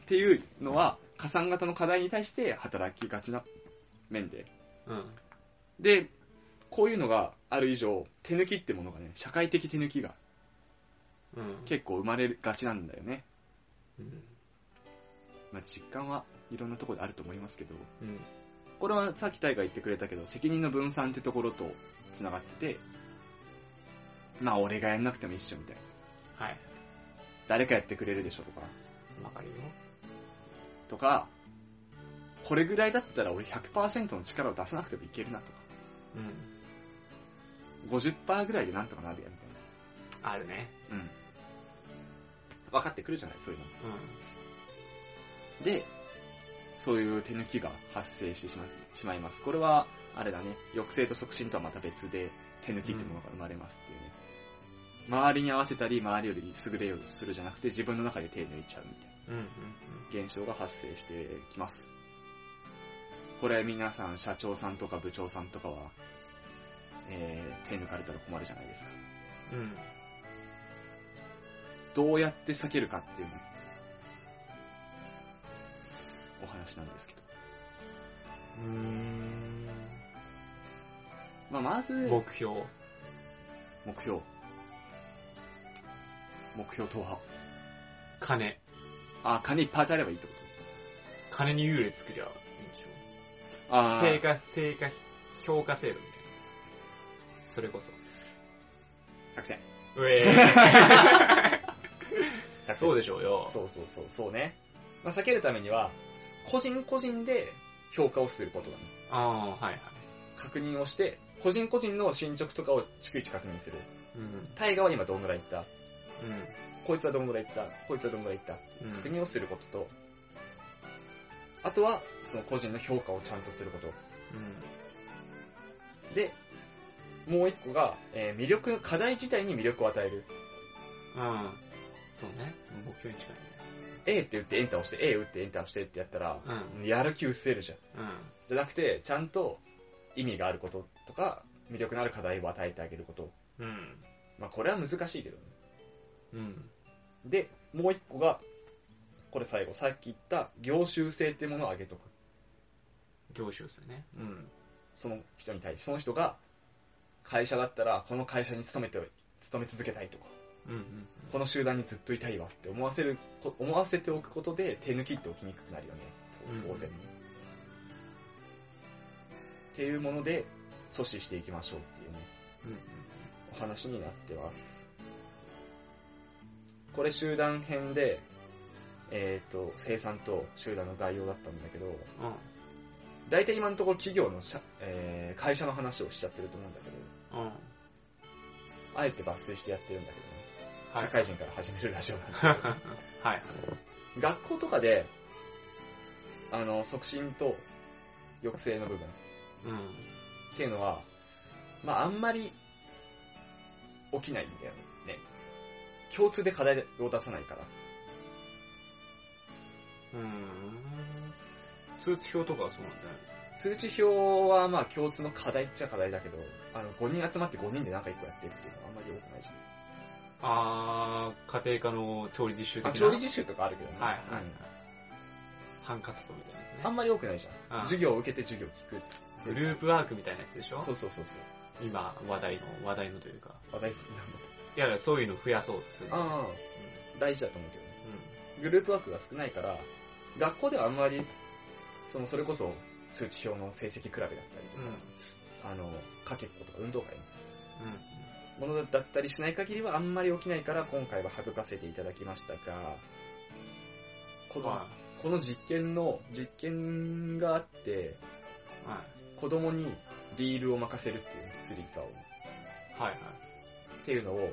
ていうのは、加算型の課題に対して働きがちな面で。
うん。
で、こういうのがある以上、手抜きってものがね、社会的手抜きが
うん。
結構生まれがちなんだよね。
うん。
まあ実感はいろんなところであると思いますけど、
うん。
これはさっきタイが言ってくれたけど、責任の分散ってところと繋がってて、まあ俺がやんなくても一緒みたいな。
はい。
誰かやってくれるでしょとか、
わかるよ。
とか、これぐらいだったら俺100%の力を出さなくてもいけるなとか、
うん。
50%ぐらいでなんとかなるやみた
あるね。
いな。うん。分かってくるじゃない、そういうの。
う
で、そういう手抜きが発生してしましまいます。これは、あれだね、抑制と促進とはまた別で、手抜きってものが生まれますっていうね。周りに合わせたり、周りより優れようとするじゃなくて、自分の中で手抜いちゃうみたいな。
ん。うん。うん。
現象が発生してきます。これ皆さん、社長さんとか部長さんとかは、えー、手抜かれたら困るじゃないですか。
うん。うん。
どうやって避けるかっていうね。
お話なんですけど。
うーん。
まあ、まず、目
目標。
標。目標党派。
金。
あ、金いっぱい与えればいいってこ
金に優劣つけりゃいいんでし
とあ
ょ。
ー
成果、成果、評価制度みたいな。それこそ。
100点。
うえ ー
100点
そうでしょうよ。
そうそうそう、そうね。まあ、避けるためには、個人個人で評価をすることだね。
ああ、はいはい。
確認をして、個人個人の進捗とかを逐一確認する。
うん。
大河は今どんぐらいいった
うん。
こいつはどんぐらいいったこいつはどんぐらいいった
うん
確認をすることと、あとは、その個人の評価をちゃんとすること。で、もう一個が、えー魅力、課題自体に魅力を与える。
うん。うん。そうね。目標に近い
A って打ってエンター押して、A 打ってエンター押してってやったら、
ね。
やる気薄れるじゃん。
うん。うん。
じゃなくて、ちゃんと意味があることとか、魅力のある課題を与えてあげること。
うん。
まあ、これは難しいけどね。
うん。
で、もう一個が、これ最後、さっき言った、業種性っていうものを上げとく。
業種ですね。うん。
その人に対して、その人が、会社だったら、この会社に勤めて、勤め続けたいとか、
うんうん。
この集団にずっといたいわって思わせる、こ思わせておくことで、手抜きって起きにくくなるよね。と当然ね。っていうもので、阻止していきましょうっていうね。
うんうん。
お話になってます。これ集団編で、えっ、と、生産と集団の概要だったんだけど、
うん。
大体今のところ企業の社、えー会社の話をしちゃってると思うんだけど、
うん。はい
あえて抜粋してやってるんだけどね。
はい
社会人から始めるラジオなんで。
はい。
学校とかで、あの、促進と抑制の部分っ
うん。
ていうのは、まああんまり起きないんだよね。共通で課題を出さないから。
うーん。通知表とかはそうなんじゃない
通知表はまあ共通の課題っちゃ課題だけど、あの5人集まって5人でなんか1個やってるっていうのはあんまり多くないじゃん。
あー、家庭科の調理実習的な。
あ、調理実習とかあるけどね。
はいはいはい
うん。
ハンカツとみたいなやつね。
あんまり多くないじゃん。
うん
授業を受けて授業聞く。
グループワークみたいなやつでしょ
そうそうそうそう。
今話題の、話題のというか。
話題に
いや、だからそういうの増やそうとする。
なるの。ああ、大事だと思うけどね。
う
グループワークが少ないから、学校ではあんまり、その、それこそ通知表の成績比べだったりと
ん。うん。
か、あの、かけっことか運動会の
うん。
ものだったりしない限りはあんまり起きないから、今回は省かせていただきましたが、この
は
この実験の、実験があって、
い。はい。
子供にリールを任せるっていう釣り竿を。っ
はいはい。
ていうのを、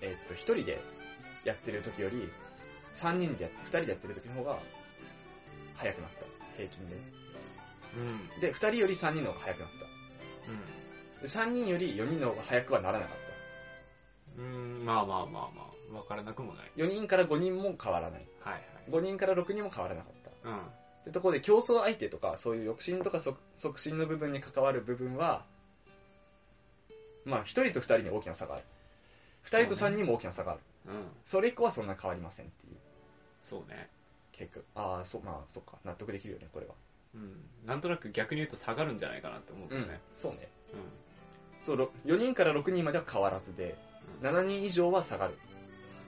えっと、一人でやってる時より、三人でやっ、二人でやってる時の方が、早くなった。平均
うん。
で。で、二人より三人の方が早くなった。で、三人より四人の方が早くはならなかった。
うん。うーん、まあまあまあまあ、わからなくもない。
四人から五人も変わらない。
はいはい。
五人から六人も変わらなかった。
うん。
でところで競争相手とかそういう抑止とか促促進の部分に関わる部分はまあ1人と2人に大きな差がある2人と
そう
3
ね
人も大きな差がある
うん。
そ,、れ以降はそんな変わりませんっていう
そうね。
結果ああそうまあそっか納得できるよねこれは
うん。なんとなく逆に言うと下がるんじゃないかなって思うけどね。
そうね
うん。
そうろ4人から6人までは変わらずで
うん。
7人以上は下がる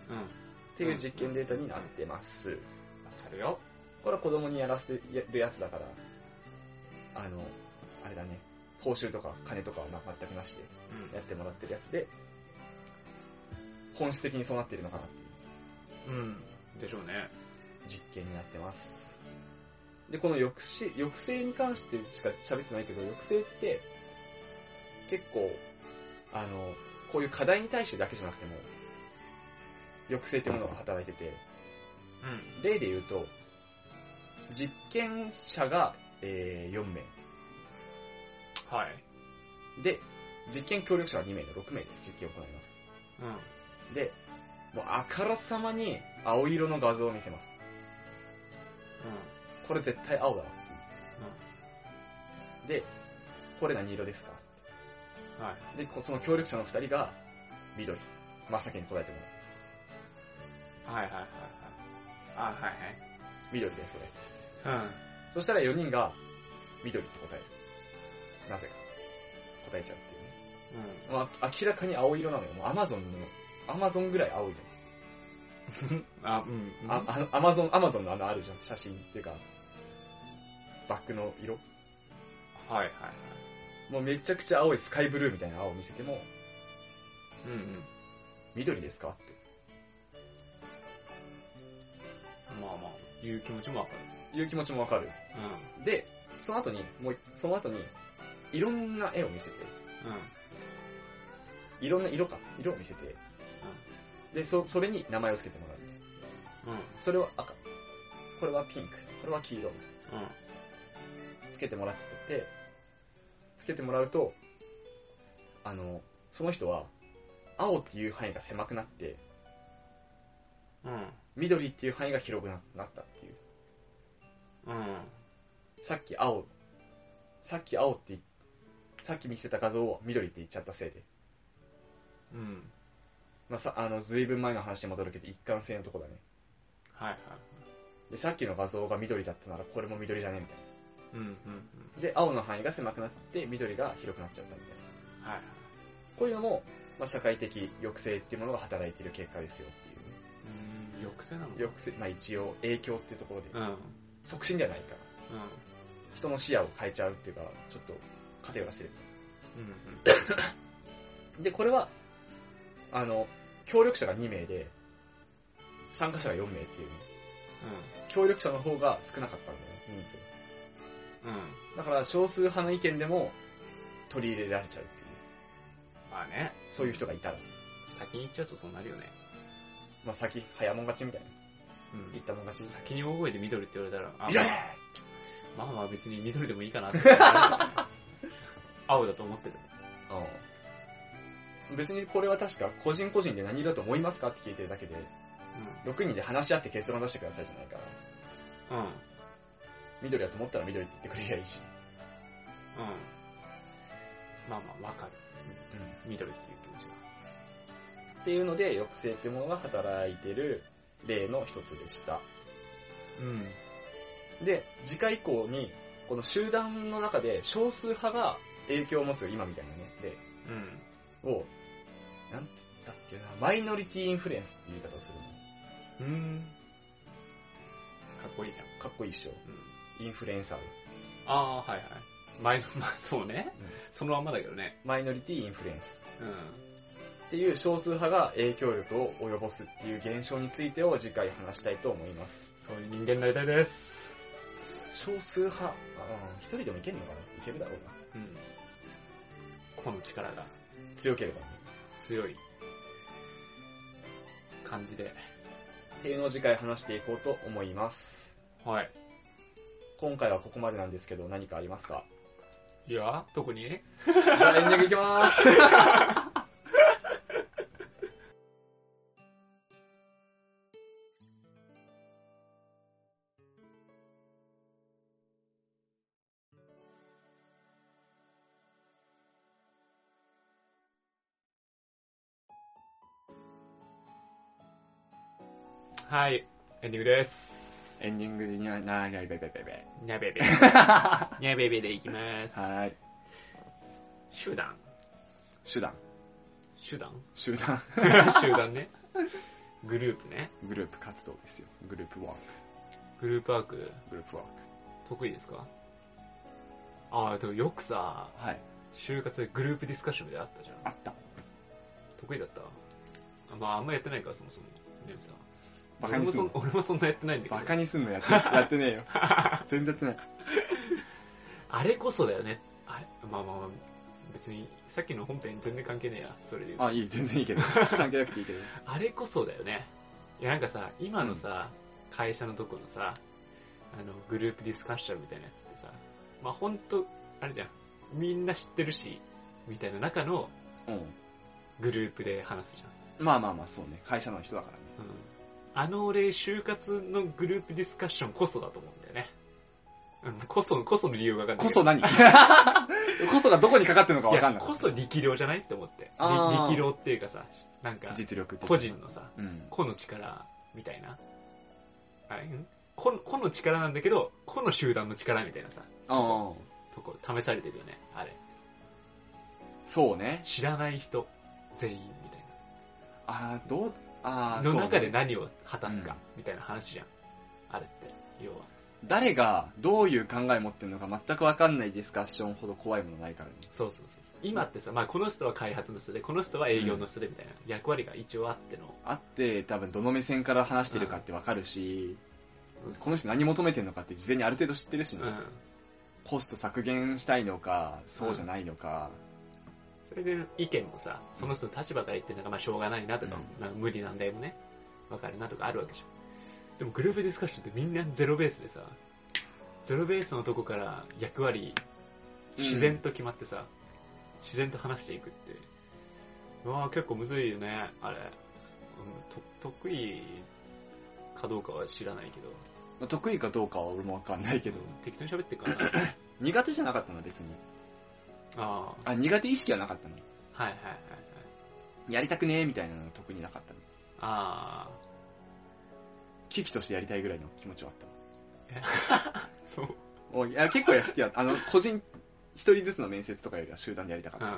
うん。わ
っていう実験データになってます、
かるよ。
これは子供にやらせてやるやつだからあのあれだね報酬とか金とかはな全くなしでやってもらってるやつで、本質的にそうなってるのかなっていう
うん。うん。でしょうね。
実験になってます。で、この抑止、抑制に関してしか喋ってないけど、抑制って、結構、あの、こういう課題に対してだけじゃなくても、抑制ってものが働いてて、
うん。
例で言うと、実験者が、えー4名。
はい。
で、実験協力者が2名の6名で実験を行います。
うん。
で、もうあからさまに青色の画像を見せます。これ絶対青だわっていう。で、これ何色ですか
うん。はい。
で、こその協力者の二人が緑。真っ先に答えても
は
ら
いはいはいはい。あ、はいはい。
緑です、それ。
うん。
そしたら4人が、緑って答える。なぜか。答えちゃうっていうね。まあ、明らかに青色なのよ。もうアマゾンの、アマゾンぐらい青いじ
あ、うん。
ゃん。あ、あの、アマゾン、アマゾンのあのあるじゃん。写真っていうか、バックの色。
はいはいはい。
もうめちゃくちゃ青いスカイブルーみたいな青を見せても、
うんうん。
緑ですかっ
まあまあ、いう気持ちもわかる。
ていう気持ちもわかる。
う
で、その後に、もう、その後に、いろんな絵を見せて、
ん。うん。
いろんな色か、色を見せて、で、そ、それに名前をつけてもらう。
うん。
それは赤。これはピンク。これは黄色。
うん。
つけてもらってて、つけてもらうと、あの、その人は、青っていう範囲が狭くなって、
うん。
緑っていう範囲が広くななったっていう。
うん。
さっき青、さっき青って言っ、さっき見せた画像を緑って言っちゃったせいで。
うん。
まあ、さ、あの、ずいぶん前の話に戻るけど、一貫性のとこだね。
はいはい。
で、さっきの画像が緑だったなら、これも緑じゃねみたい
うんうん
な。で、青の範囲が狭くなって、緑が広くなっちゃったみたいな。
うん。はいはい。
こういうのも、まあ、社会的抑制っていうものが働いている結果ですよっていうね。
うーん、抑制なの
抑制、まあ一応影響っていうところで、
うん。うん。
促進ではないから、人の視野を変えちゃうっていうか、ちょっとカテゴラせる。
うん。うん。
で、これは、あの、協力者が2名で、参加者が4名っていう、ね、協力者の方が少なかったんだよね、人数。
うん。うん。
だから少数派の意見でも取り入れられちゃうっていう、
まあね、
そういう人がいたら、
先に行っちゃうとそうなるよね。
まあ先、早もん勝ちみたいな。
うん
言ったもん勝ち。
先に大声で緑って言われたら、あ
いや
まあまあまあ別に緑でもいいかな って。青だと思ってる。
うん別にこれは確か個人個人で何色だと思いますかって聞いてるだけで、6人で話し合って結論出してくださいじゃないから、
うん。うん。
緑だと思ったら緑って言ってくれりゃいいし。
うん。まあまあ、わかる。緑っていう気持ちは。
っていうので、抑制っていうものが働いてる例の一つでした。
うん。
で、次回以降に、この集団の中で少数派が影響を持つ、今みたいなね、
うん。
例を、なんつったっけな、マイノリティインフルエンスっていう言い方をするの。
うーん。かっこいいじゃん。
かっこいいっしょ。
うん。
インフルエンサー。
ああー、はいはい。前の、 まあそうね
うん。
そのまんまだけどね。
マイノリティインフルエンス。
うん。
っていう少数派が影響力を及ぼすっていう現象についてを次回話したいと思います。
そういう人間になりたいです。
少数派、うん、一人でもいけるのかないけるだろうな。
うん。この力が
強ければね。
強い感じで。
っていうのを次回話していこうと思います。
はい。
今回はここまでなんですけど何かありますか
いや、特に
じゃあエンディングいきまーす。
はい。エンディングです。
エンディングには、なーにゃいべべべべ。
にゃ べべ。にゃべべでいきます。
はーい。
集団。
手段。
集団
集団。
集団ね。グループね。
グループ活動ですよ。グループワー
グループワー
ク。
ク、
グループワーク。
得意ですかああ、でもよくさ、
はい。
就活でグループディスカッションみたいなのあったじゃん。
あった。
得意だったあまああんまやってないからそもそも。でもさ。
バカにすんの。
俺もそん俺もそんなやってないんだけ
バ
ど。
カにすんのやって、やって ねえよ。全然やってない。
あれこそだよね。あれまあまあまあ、別にさっきの本編全然関係ねえや。それで言うと
あ、いい、全然いいけど。関係なくていいけど。
あれこそだよね。いやなんかさ、今のさ、会社のとこのさ、あの、グループディスカッションみたいなやつってさ、まあほんと、あれじゃん。みんな知ってるし、みたいな中の
うん。
グループで話すじゃん。
まあまあまあ、そうね。会社の人だからね。
うん。あの俺、就活のグループディスカッションこそだと思うんだよね。うん、こそ、こその理由がわかんない
こ
け
そ
ど。
何こそがどこにかかってるのかわかん
い
な
や、
い。
こそ力量じゃないって思って。
あー
り力量っていうかさ、なんか、
実力的な
個人のさ、
うん。
個の力みたいな。あれん個の個の力なんだけど、個の集団の力みたいなさ、
ああ。
とこ、試されてるよね、あれ。
そうね。
知らない人、全員みたい
ああ、どう、あ
な。
あ、そ
の
うね
中で何を果たすか、みたいな話じゃん。あれって、要は。
誰がどういう考え持ってるのか全くわかんないディスカッションほど怖いものないからね。
そうそうそうそう。今ってさ、まあこの人は開発の人で、この人は営業の人でみたいな役割が一応あっての。
あって、多分どの目線から話してるかってわかるし、この人何求めてるのかって事前にある程度知ってるしね。
うん。
コスト削減したいのか、そうじゃないのか。
それで意見もさ、その人の立場から言ってるのが、まあしょうがないなとか、
う
なんか無理なんだよね。わかるなとかあるわけじゃん。でもグループディスカッションってみんなゼロベースでさ、ゼロベースのとこから役割、自然と決まってさ、自然と話していくって。うわぁ、結構むずいよね、あれ。うん、と得意かどうかは知らないけど、
まあ得意かどうかは俺もわかんないけど。
適当に喋ってるからな。
苦手じゃなかったの別に。
ああ。
あ、苦手意識はなかったの。
はいはいはいはい。
やりたくねえみたいなのは特になかったの。
あ
危機としてやりたいぐらいの気持ちはあった
あ。そう。
おいや結構好きだあの個人一人ずつの面接とかよりは集団でやりたか
うん。
っ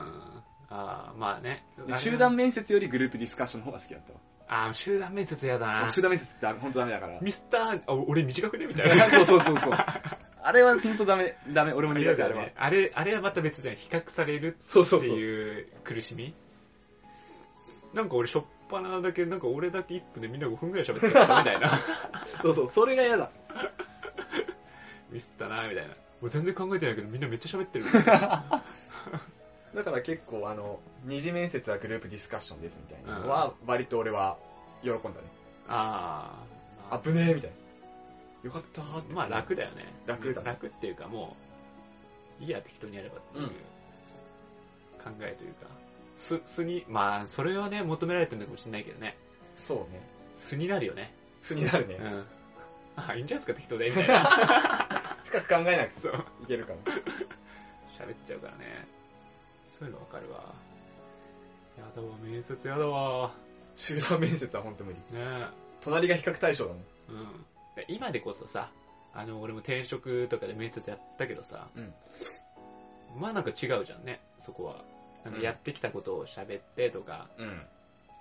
ああ、まあね。
た、で集団面接よりグループディスカッションの方が好きだったわ
ああ、集団面接やだな
集。団面接って本当ダメだ から
ミスター、あ、俺短くねみたいな。
そうそうそうそうあれは本当ダメダメ俺も苦手あれは、
ねあれ、あれはまた別じゃん。比較される
そうそ
っ
う
て
そう
いう苦しみ。なんか俺、しょっぱなだけ、なんか俺だけ1分でみんな5分くらい喋ってたみたい な。
そうそうそれが嫌だ
ミスったな、みたいな。もう全然考えてないけど、みんなめっちゃ喋 ってる。
だから結構あの二次面接はグループディスカッションですみたいな
うん
のは割と俺は喜んだね
ああ。
あぶねえみたいなよかったーって
まあ楽だよね。
楽だね
楽っていうかもう、いいや適当にやればっていう
うん
考えというか、す、素に、まあそれはね、求められてるのかもしれないけどね、
そうね
素になるよね。
素になる
う
ね
ん。あ、いいんじゃないですか適 当で、みたいな。
深く考えなくて
そう。
いけるから
喋っちゃうからね。そういうのわかるわ。やだわ、面接やだわ。
集団面接は本当無理
ねえ。
隣が比較対象だも
う
ん
ん。で今でこそさ、あの、俺も転職とかで面接やったけどさ、
うん
まあなんか違うじゃんね、そこは。なんかやってきたことを喋ってとか、
うん。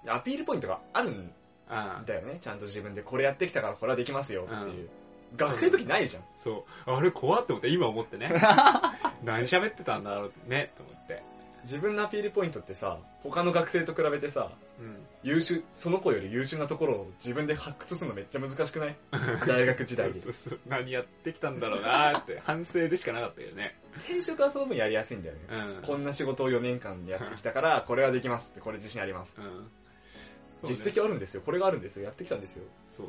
アピールポイントがあるん
ああ、
だよね。ちゃんと自分でこれやってきたからこれはできますよっていう。学生の時ないじゃん。
そう、あれ怖って思って、今思って ね。何喋ってたんだろうね、と思って。
自分のアピールポイントってさ、他の学生と比べてさ、
うん。
優秀、その子より優秀なところを自分で発掘するのめっちゃ難し くない大学時代で
そ。うそうそう。何やってきたんだろうなーって、反省でしかなかったけどね。
転職はその分やりやすいんだよね。
うん。
こんな仕事を4年間やってきたから、これはできますって、これ自信あります。
うん。
実績あるんですよ、これがあるんですよ、やってきたんですよ。
そう。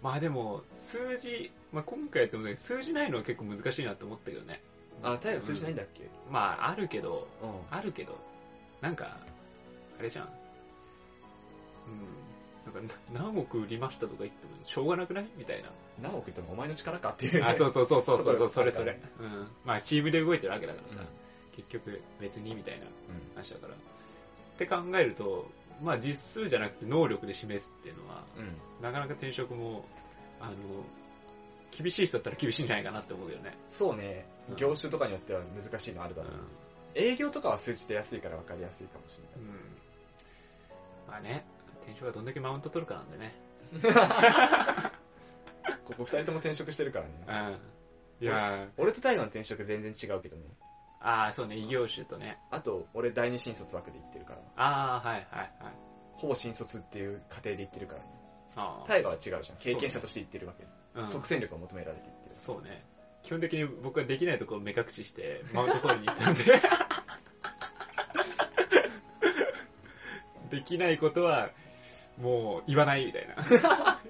まあでも、数字、まあ今回やってもね、数字ないのは結構難しいなって思ったけどね。
あ、太陽数字ないんだっけ
まああるけど、
うん。
あるけど、なんか、あれじゃん。うん。なんか、な何億売りましたとか言っても、しょうがなくないみたいな。
何億言ってもお前の力かっていう。
あ、そうそうそうそうそうそう、そ
そう
れ
だ
そ
よ
れ
ね。
うん。まあ、チームで動いてるわけだからさ、
うん
結局、別にみたいな
うん。
話だから。って考えると、まあ、実数じゃなくて能力で示すっていうのは、
うん。
なかなか転職も、あの、厳しい人だったら厳しいんじゃないかなって思うよね。
そうね
うん、
業種とかによっては難しいのある
うん
だろう。。営業とかは数値で安いから分かりやすいかもしれ
うん。まあね、転職がどんだけマウント取るかなんでね。
ない。ここ二人とも転職してるか
う
らね。
ん。いや
俺と太陽の転職全然違うけどね。
ああ、そうね、異業種とね。
あと、俺第二新卒枠で行ってるから。
ああ、はいはいはい。
ほぼ新卒っていう過程で行ってるからね。
あ
太陽は違うじゃん。経験者として行ってるわけで。
あ、うん、
即戦力を求められて行ってる。
そうね。基本的に僕はできないところを目隠し して、マウント取りに行ったん で。できないことは、もう言わないみたいな。
だか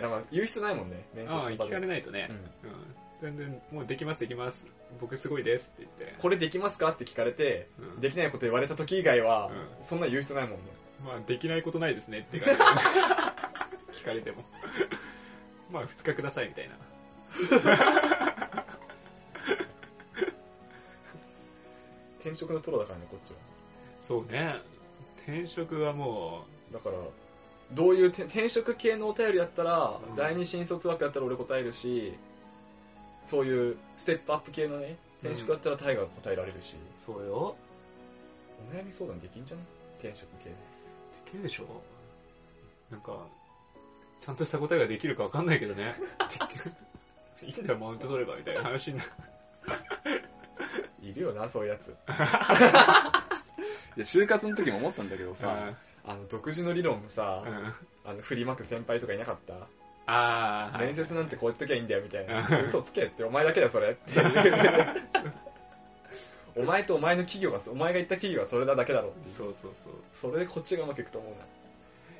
ら言う必要ないもんね、面接
ああ、
の場
聞かれ
で。
ないとね
う。ん
うん。全然、もうできますできます。僕すごいですって言って。
これできますかって聞かれて、
うん
できないこと言われた時以外は
うん、
そんな言う必要ないもんね。
まあ、できないことないですねって感 じ。聞かれても。まあ、2日くださいみたいな。
転職のプロだからね、こっちは。
そうね。転職はも
だから、
どういうて転職系のお便りだったら、
うん
第二新卒枠だったら俺答えるし、そういうステップアップ系のね、転職だったらタイが答えられるし、
そうよ。
お悩み相談できんじゃね転職系で。
できるでしょなんか、ちゃんとした答えができるかわかんないけど ね。いいんだよ、マウント取れば、みたいな話になる。
いるよな、そういうや つ。
で、就活の時も思ったんだけどさ、
あ
あの、独自の理論もさ
ー、うん
あの、振りまく先輩とかいなかった
あー、
面接なんてこうやっときゃいいんだよ、みたいな。
うん
嘘つけって、お前だけだよ、そ れ。っていうお前とお前の企業が、お前が言った企業はそれなだけだろっていう。
そうそうそう。
それでこっちがうまくいくと思うな。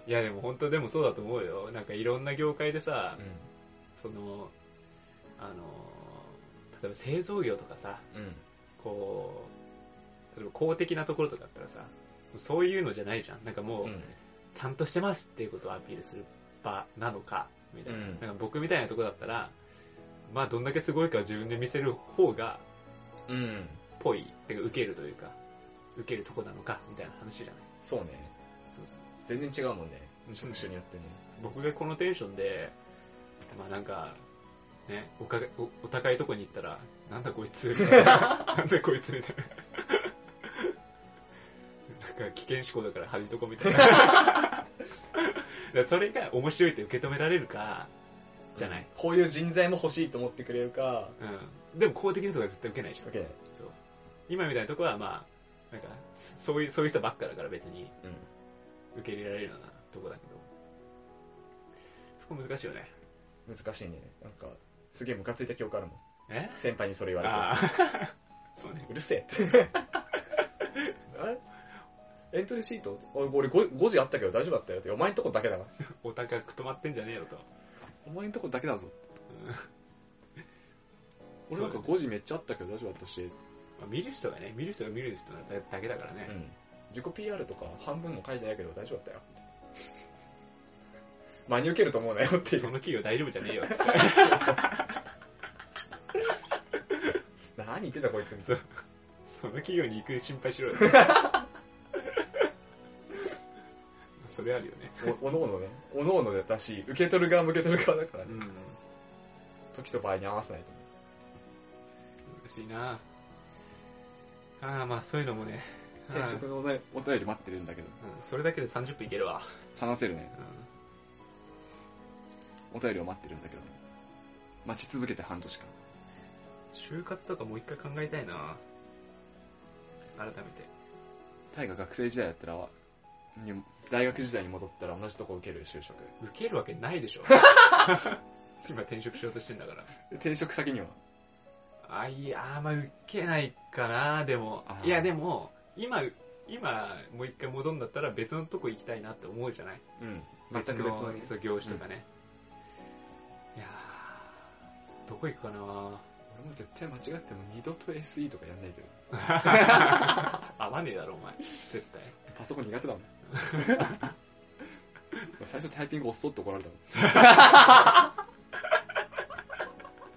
いや、でも本当でもそうだと思うよ。なんかいろんな業界でさ、その、あの、例えば製造業とかさ、
うん。うん。
こう、例えば公的なところとかだったらさ、そういうのじゃないじゃん。なんかもう、ちゃんとしてますっていうことをアピールする場なのか、みたいな。
うん
なんか僕みたいなとこだったら、まあどんだけすごいか自分で見せる方が、
うん。
ぽい、てか受けるというか、受けるとこなのか、みたいな話じゃない。
そうね。
そうそう
全然違うもんね。
うん
職種によってね。
僕がこのテンションで、まあなんか、ね、おかげおお高いとこに行ったら、なんだこいつみたい な。なんだこいつみたいな。なんか危険思考だから恥じとこみたい な。だからそれが面白いって受け止められるか、じゃない。
こういう人材も欲しいと思ってくれるか、
うん。でも公的なとこは絶対受けないでしょ。
OK。
そう今みたいなとこはまあ、なんか、そそういう、そういう人ばっかだから別に
うん。
受け入れられるようなとこだけど。そこ難しいよね。
難しいね。なんか、すげえムカついた記憶あるもん。
え
先輩にそれ言わ
ああ。 そうね
れ。て。うるせ えって。あれエントリーシート俺 5, 5時あったけど大丈夫だったよって。お前んとこだけだな。
お高く止まってんじゃねえよと。
お前のとこだけ だぞ。
うん
俺なんか
そう
5時めっちゃあったけど大丈夫だったし、
まあ見る人がね、見る人が見る人だけだからね。
ん。自己 PR とか半分も書いてないけど大丈夫だったよ。 真に受けると思うなよってい。
そうの企業大丈夫じゃねえよっつって。
何言ってんだこいつみた
そ
いう
その企業に行く心配し ろよ。それあるよね。
な。おおのおのね。おのおのだし、受け取る側も受け取る側だから
う
ね。
ん。難
時と場合に合わせないと思う。
しいなああ、まあそういうのもね。
転職
あ
のお便お便り待ってるんだけど、
あうんそれだけで30分いけるわ。
話せるね
う。ん
お便りを待ってるんだけど、待ち続けて半年間。
就活とかもう一回考えたいな改めて。
タイが学生時代だったら、に
大学時代に戻ったら同じとこ受ける就職。
受けるわけない でしょ。今転職しようとしてんだから。
転職先には、
あ、いやー、まあ、受けないかな、でも
あ。ー
いや、でも、今、今、もう一回戻んだったら別のとこ行きたいなって思うじゃない
うん、
全く別のね
そう業種とかね。いやー、どこ行くかな
俺も絶対間違っても二度と SE とかやんないけど、
合わねえだろ、お前。絶 対。
パソコン苦手だもん。最初タイピング押すとって怒られたもん。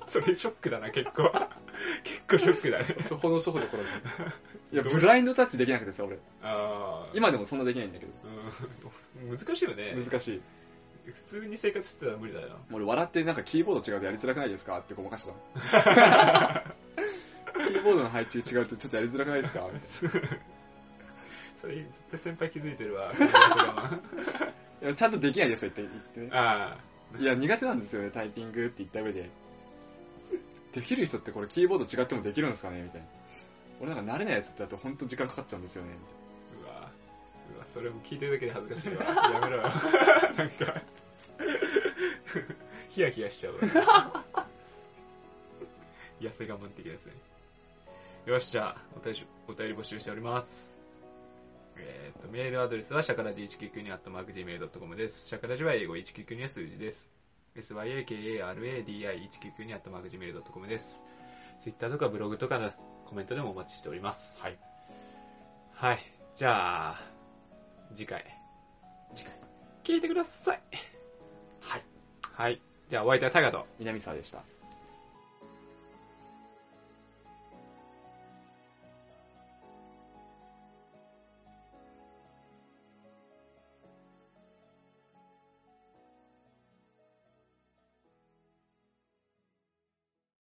それショックだな、結構。 結構ショックだね。
初歩の初歩で怒られたもん。いや、ブラインドタッチできなくてさ、俺。
あー、
今でもそんなできないんだけど。
うん、難しいよね。
難しい。
普通に生活してたら無理だよ。
俺笑ってなんかキーボード違うとやりづらくないですかってごま かしたの。キーボードの配置違うとちょっとやりづらくないですかみたい
それ、絶対先輩気づいてる わ。
ないやちゃんとできないですよって言ってね。
あ
いや、苦手なんですよね、タイピングって言った上で。できる人ってこれキーボード違ってもできるんですかねみたいな。俺なんか慣れないやつってだとほんと時間かかっちゃうんですよね。みたいな
ーうわうわ、それも聞いてるだけで恥ずかしいわ。やめろよ。 なんか、 ヒヤヒヤしちゃうわ。 痩せ我慢的ですね。よし、じゃあ、お便り、お便り募集しております。えっ、と、メールアドレスは、シャカラジ199にアットマーク Gmail.com です。シャカラジは英語199は数字です。syakara.di199 にアットマーク Gmail.com です。Twitter とかブログとかのコメントでもお待ちしております。
はい。
はい。じゃあ、次回。
次回。
聞いてください。はい。はい。じゃあ、お相手はタイガと。
南沢でした。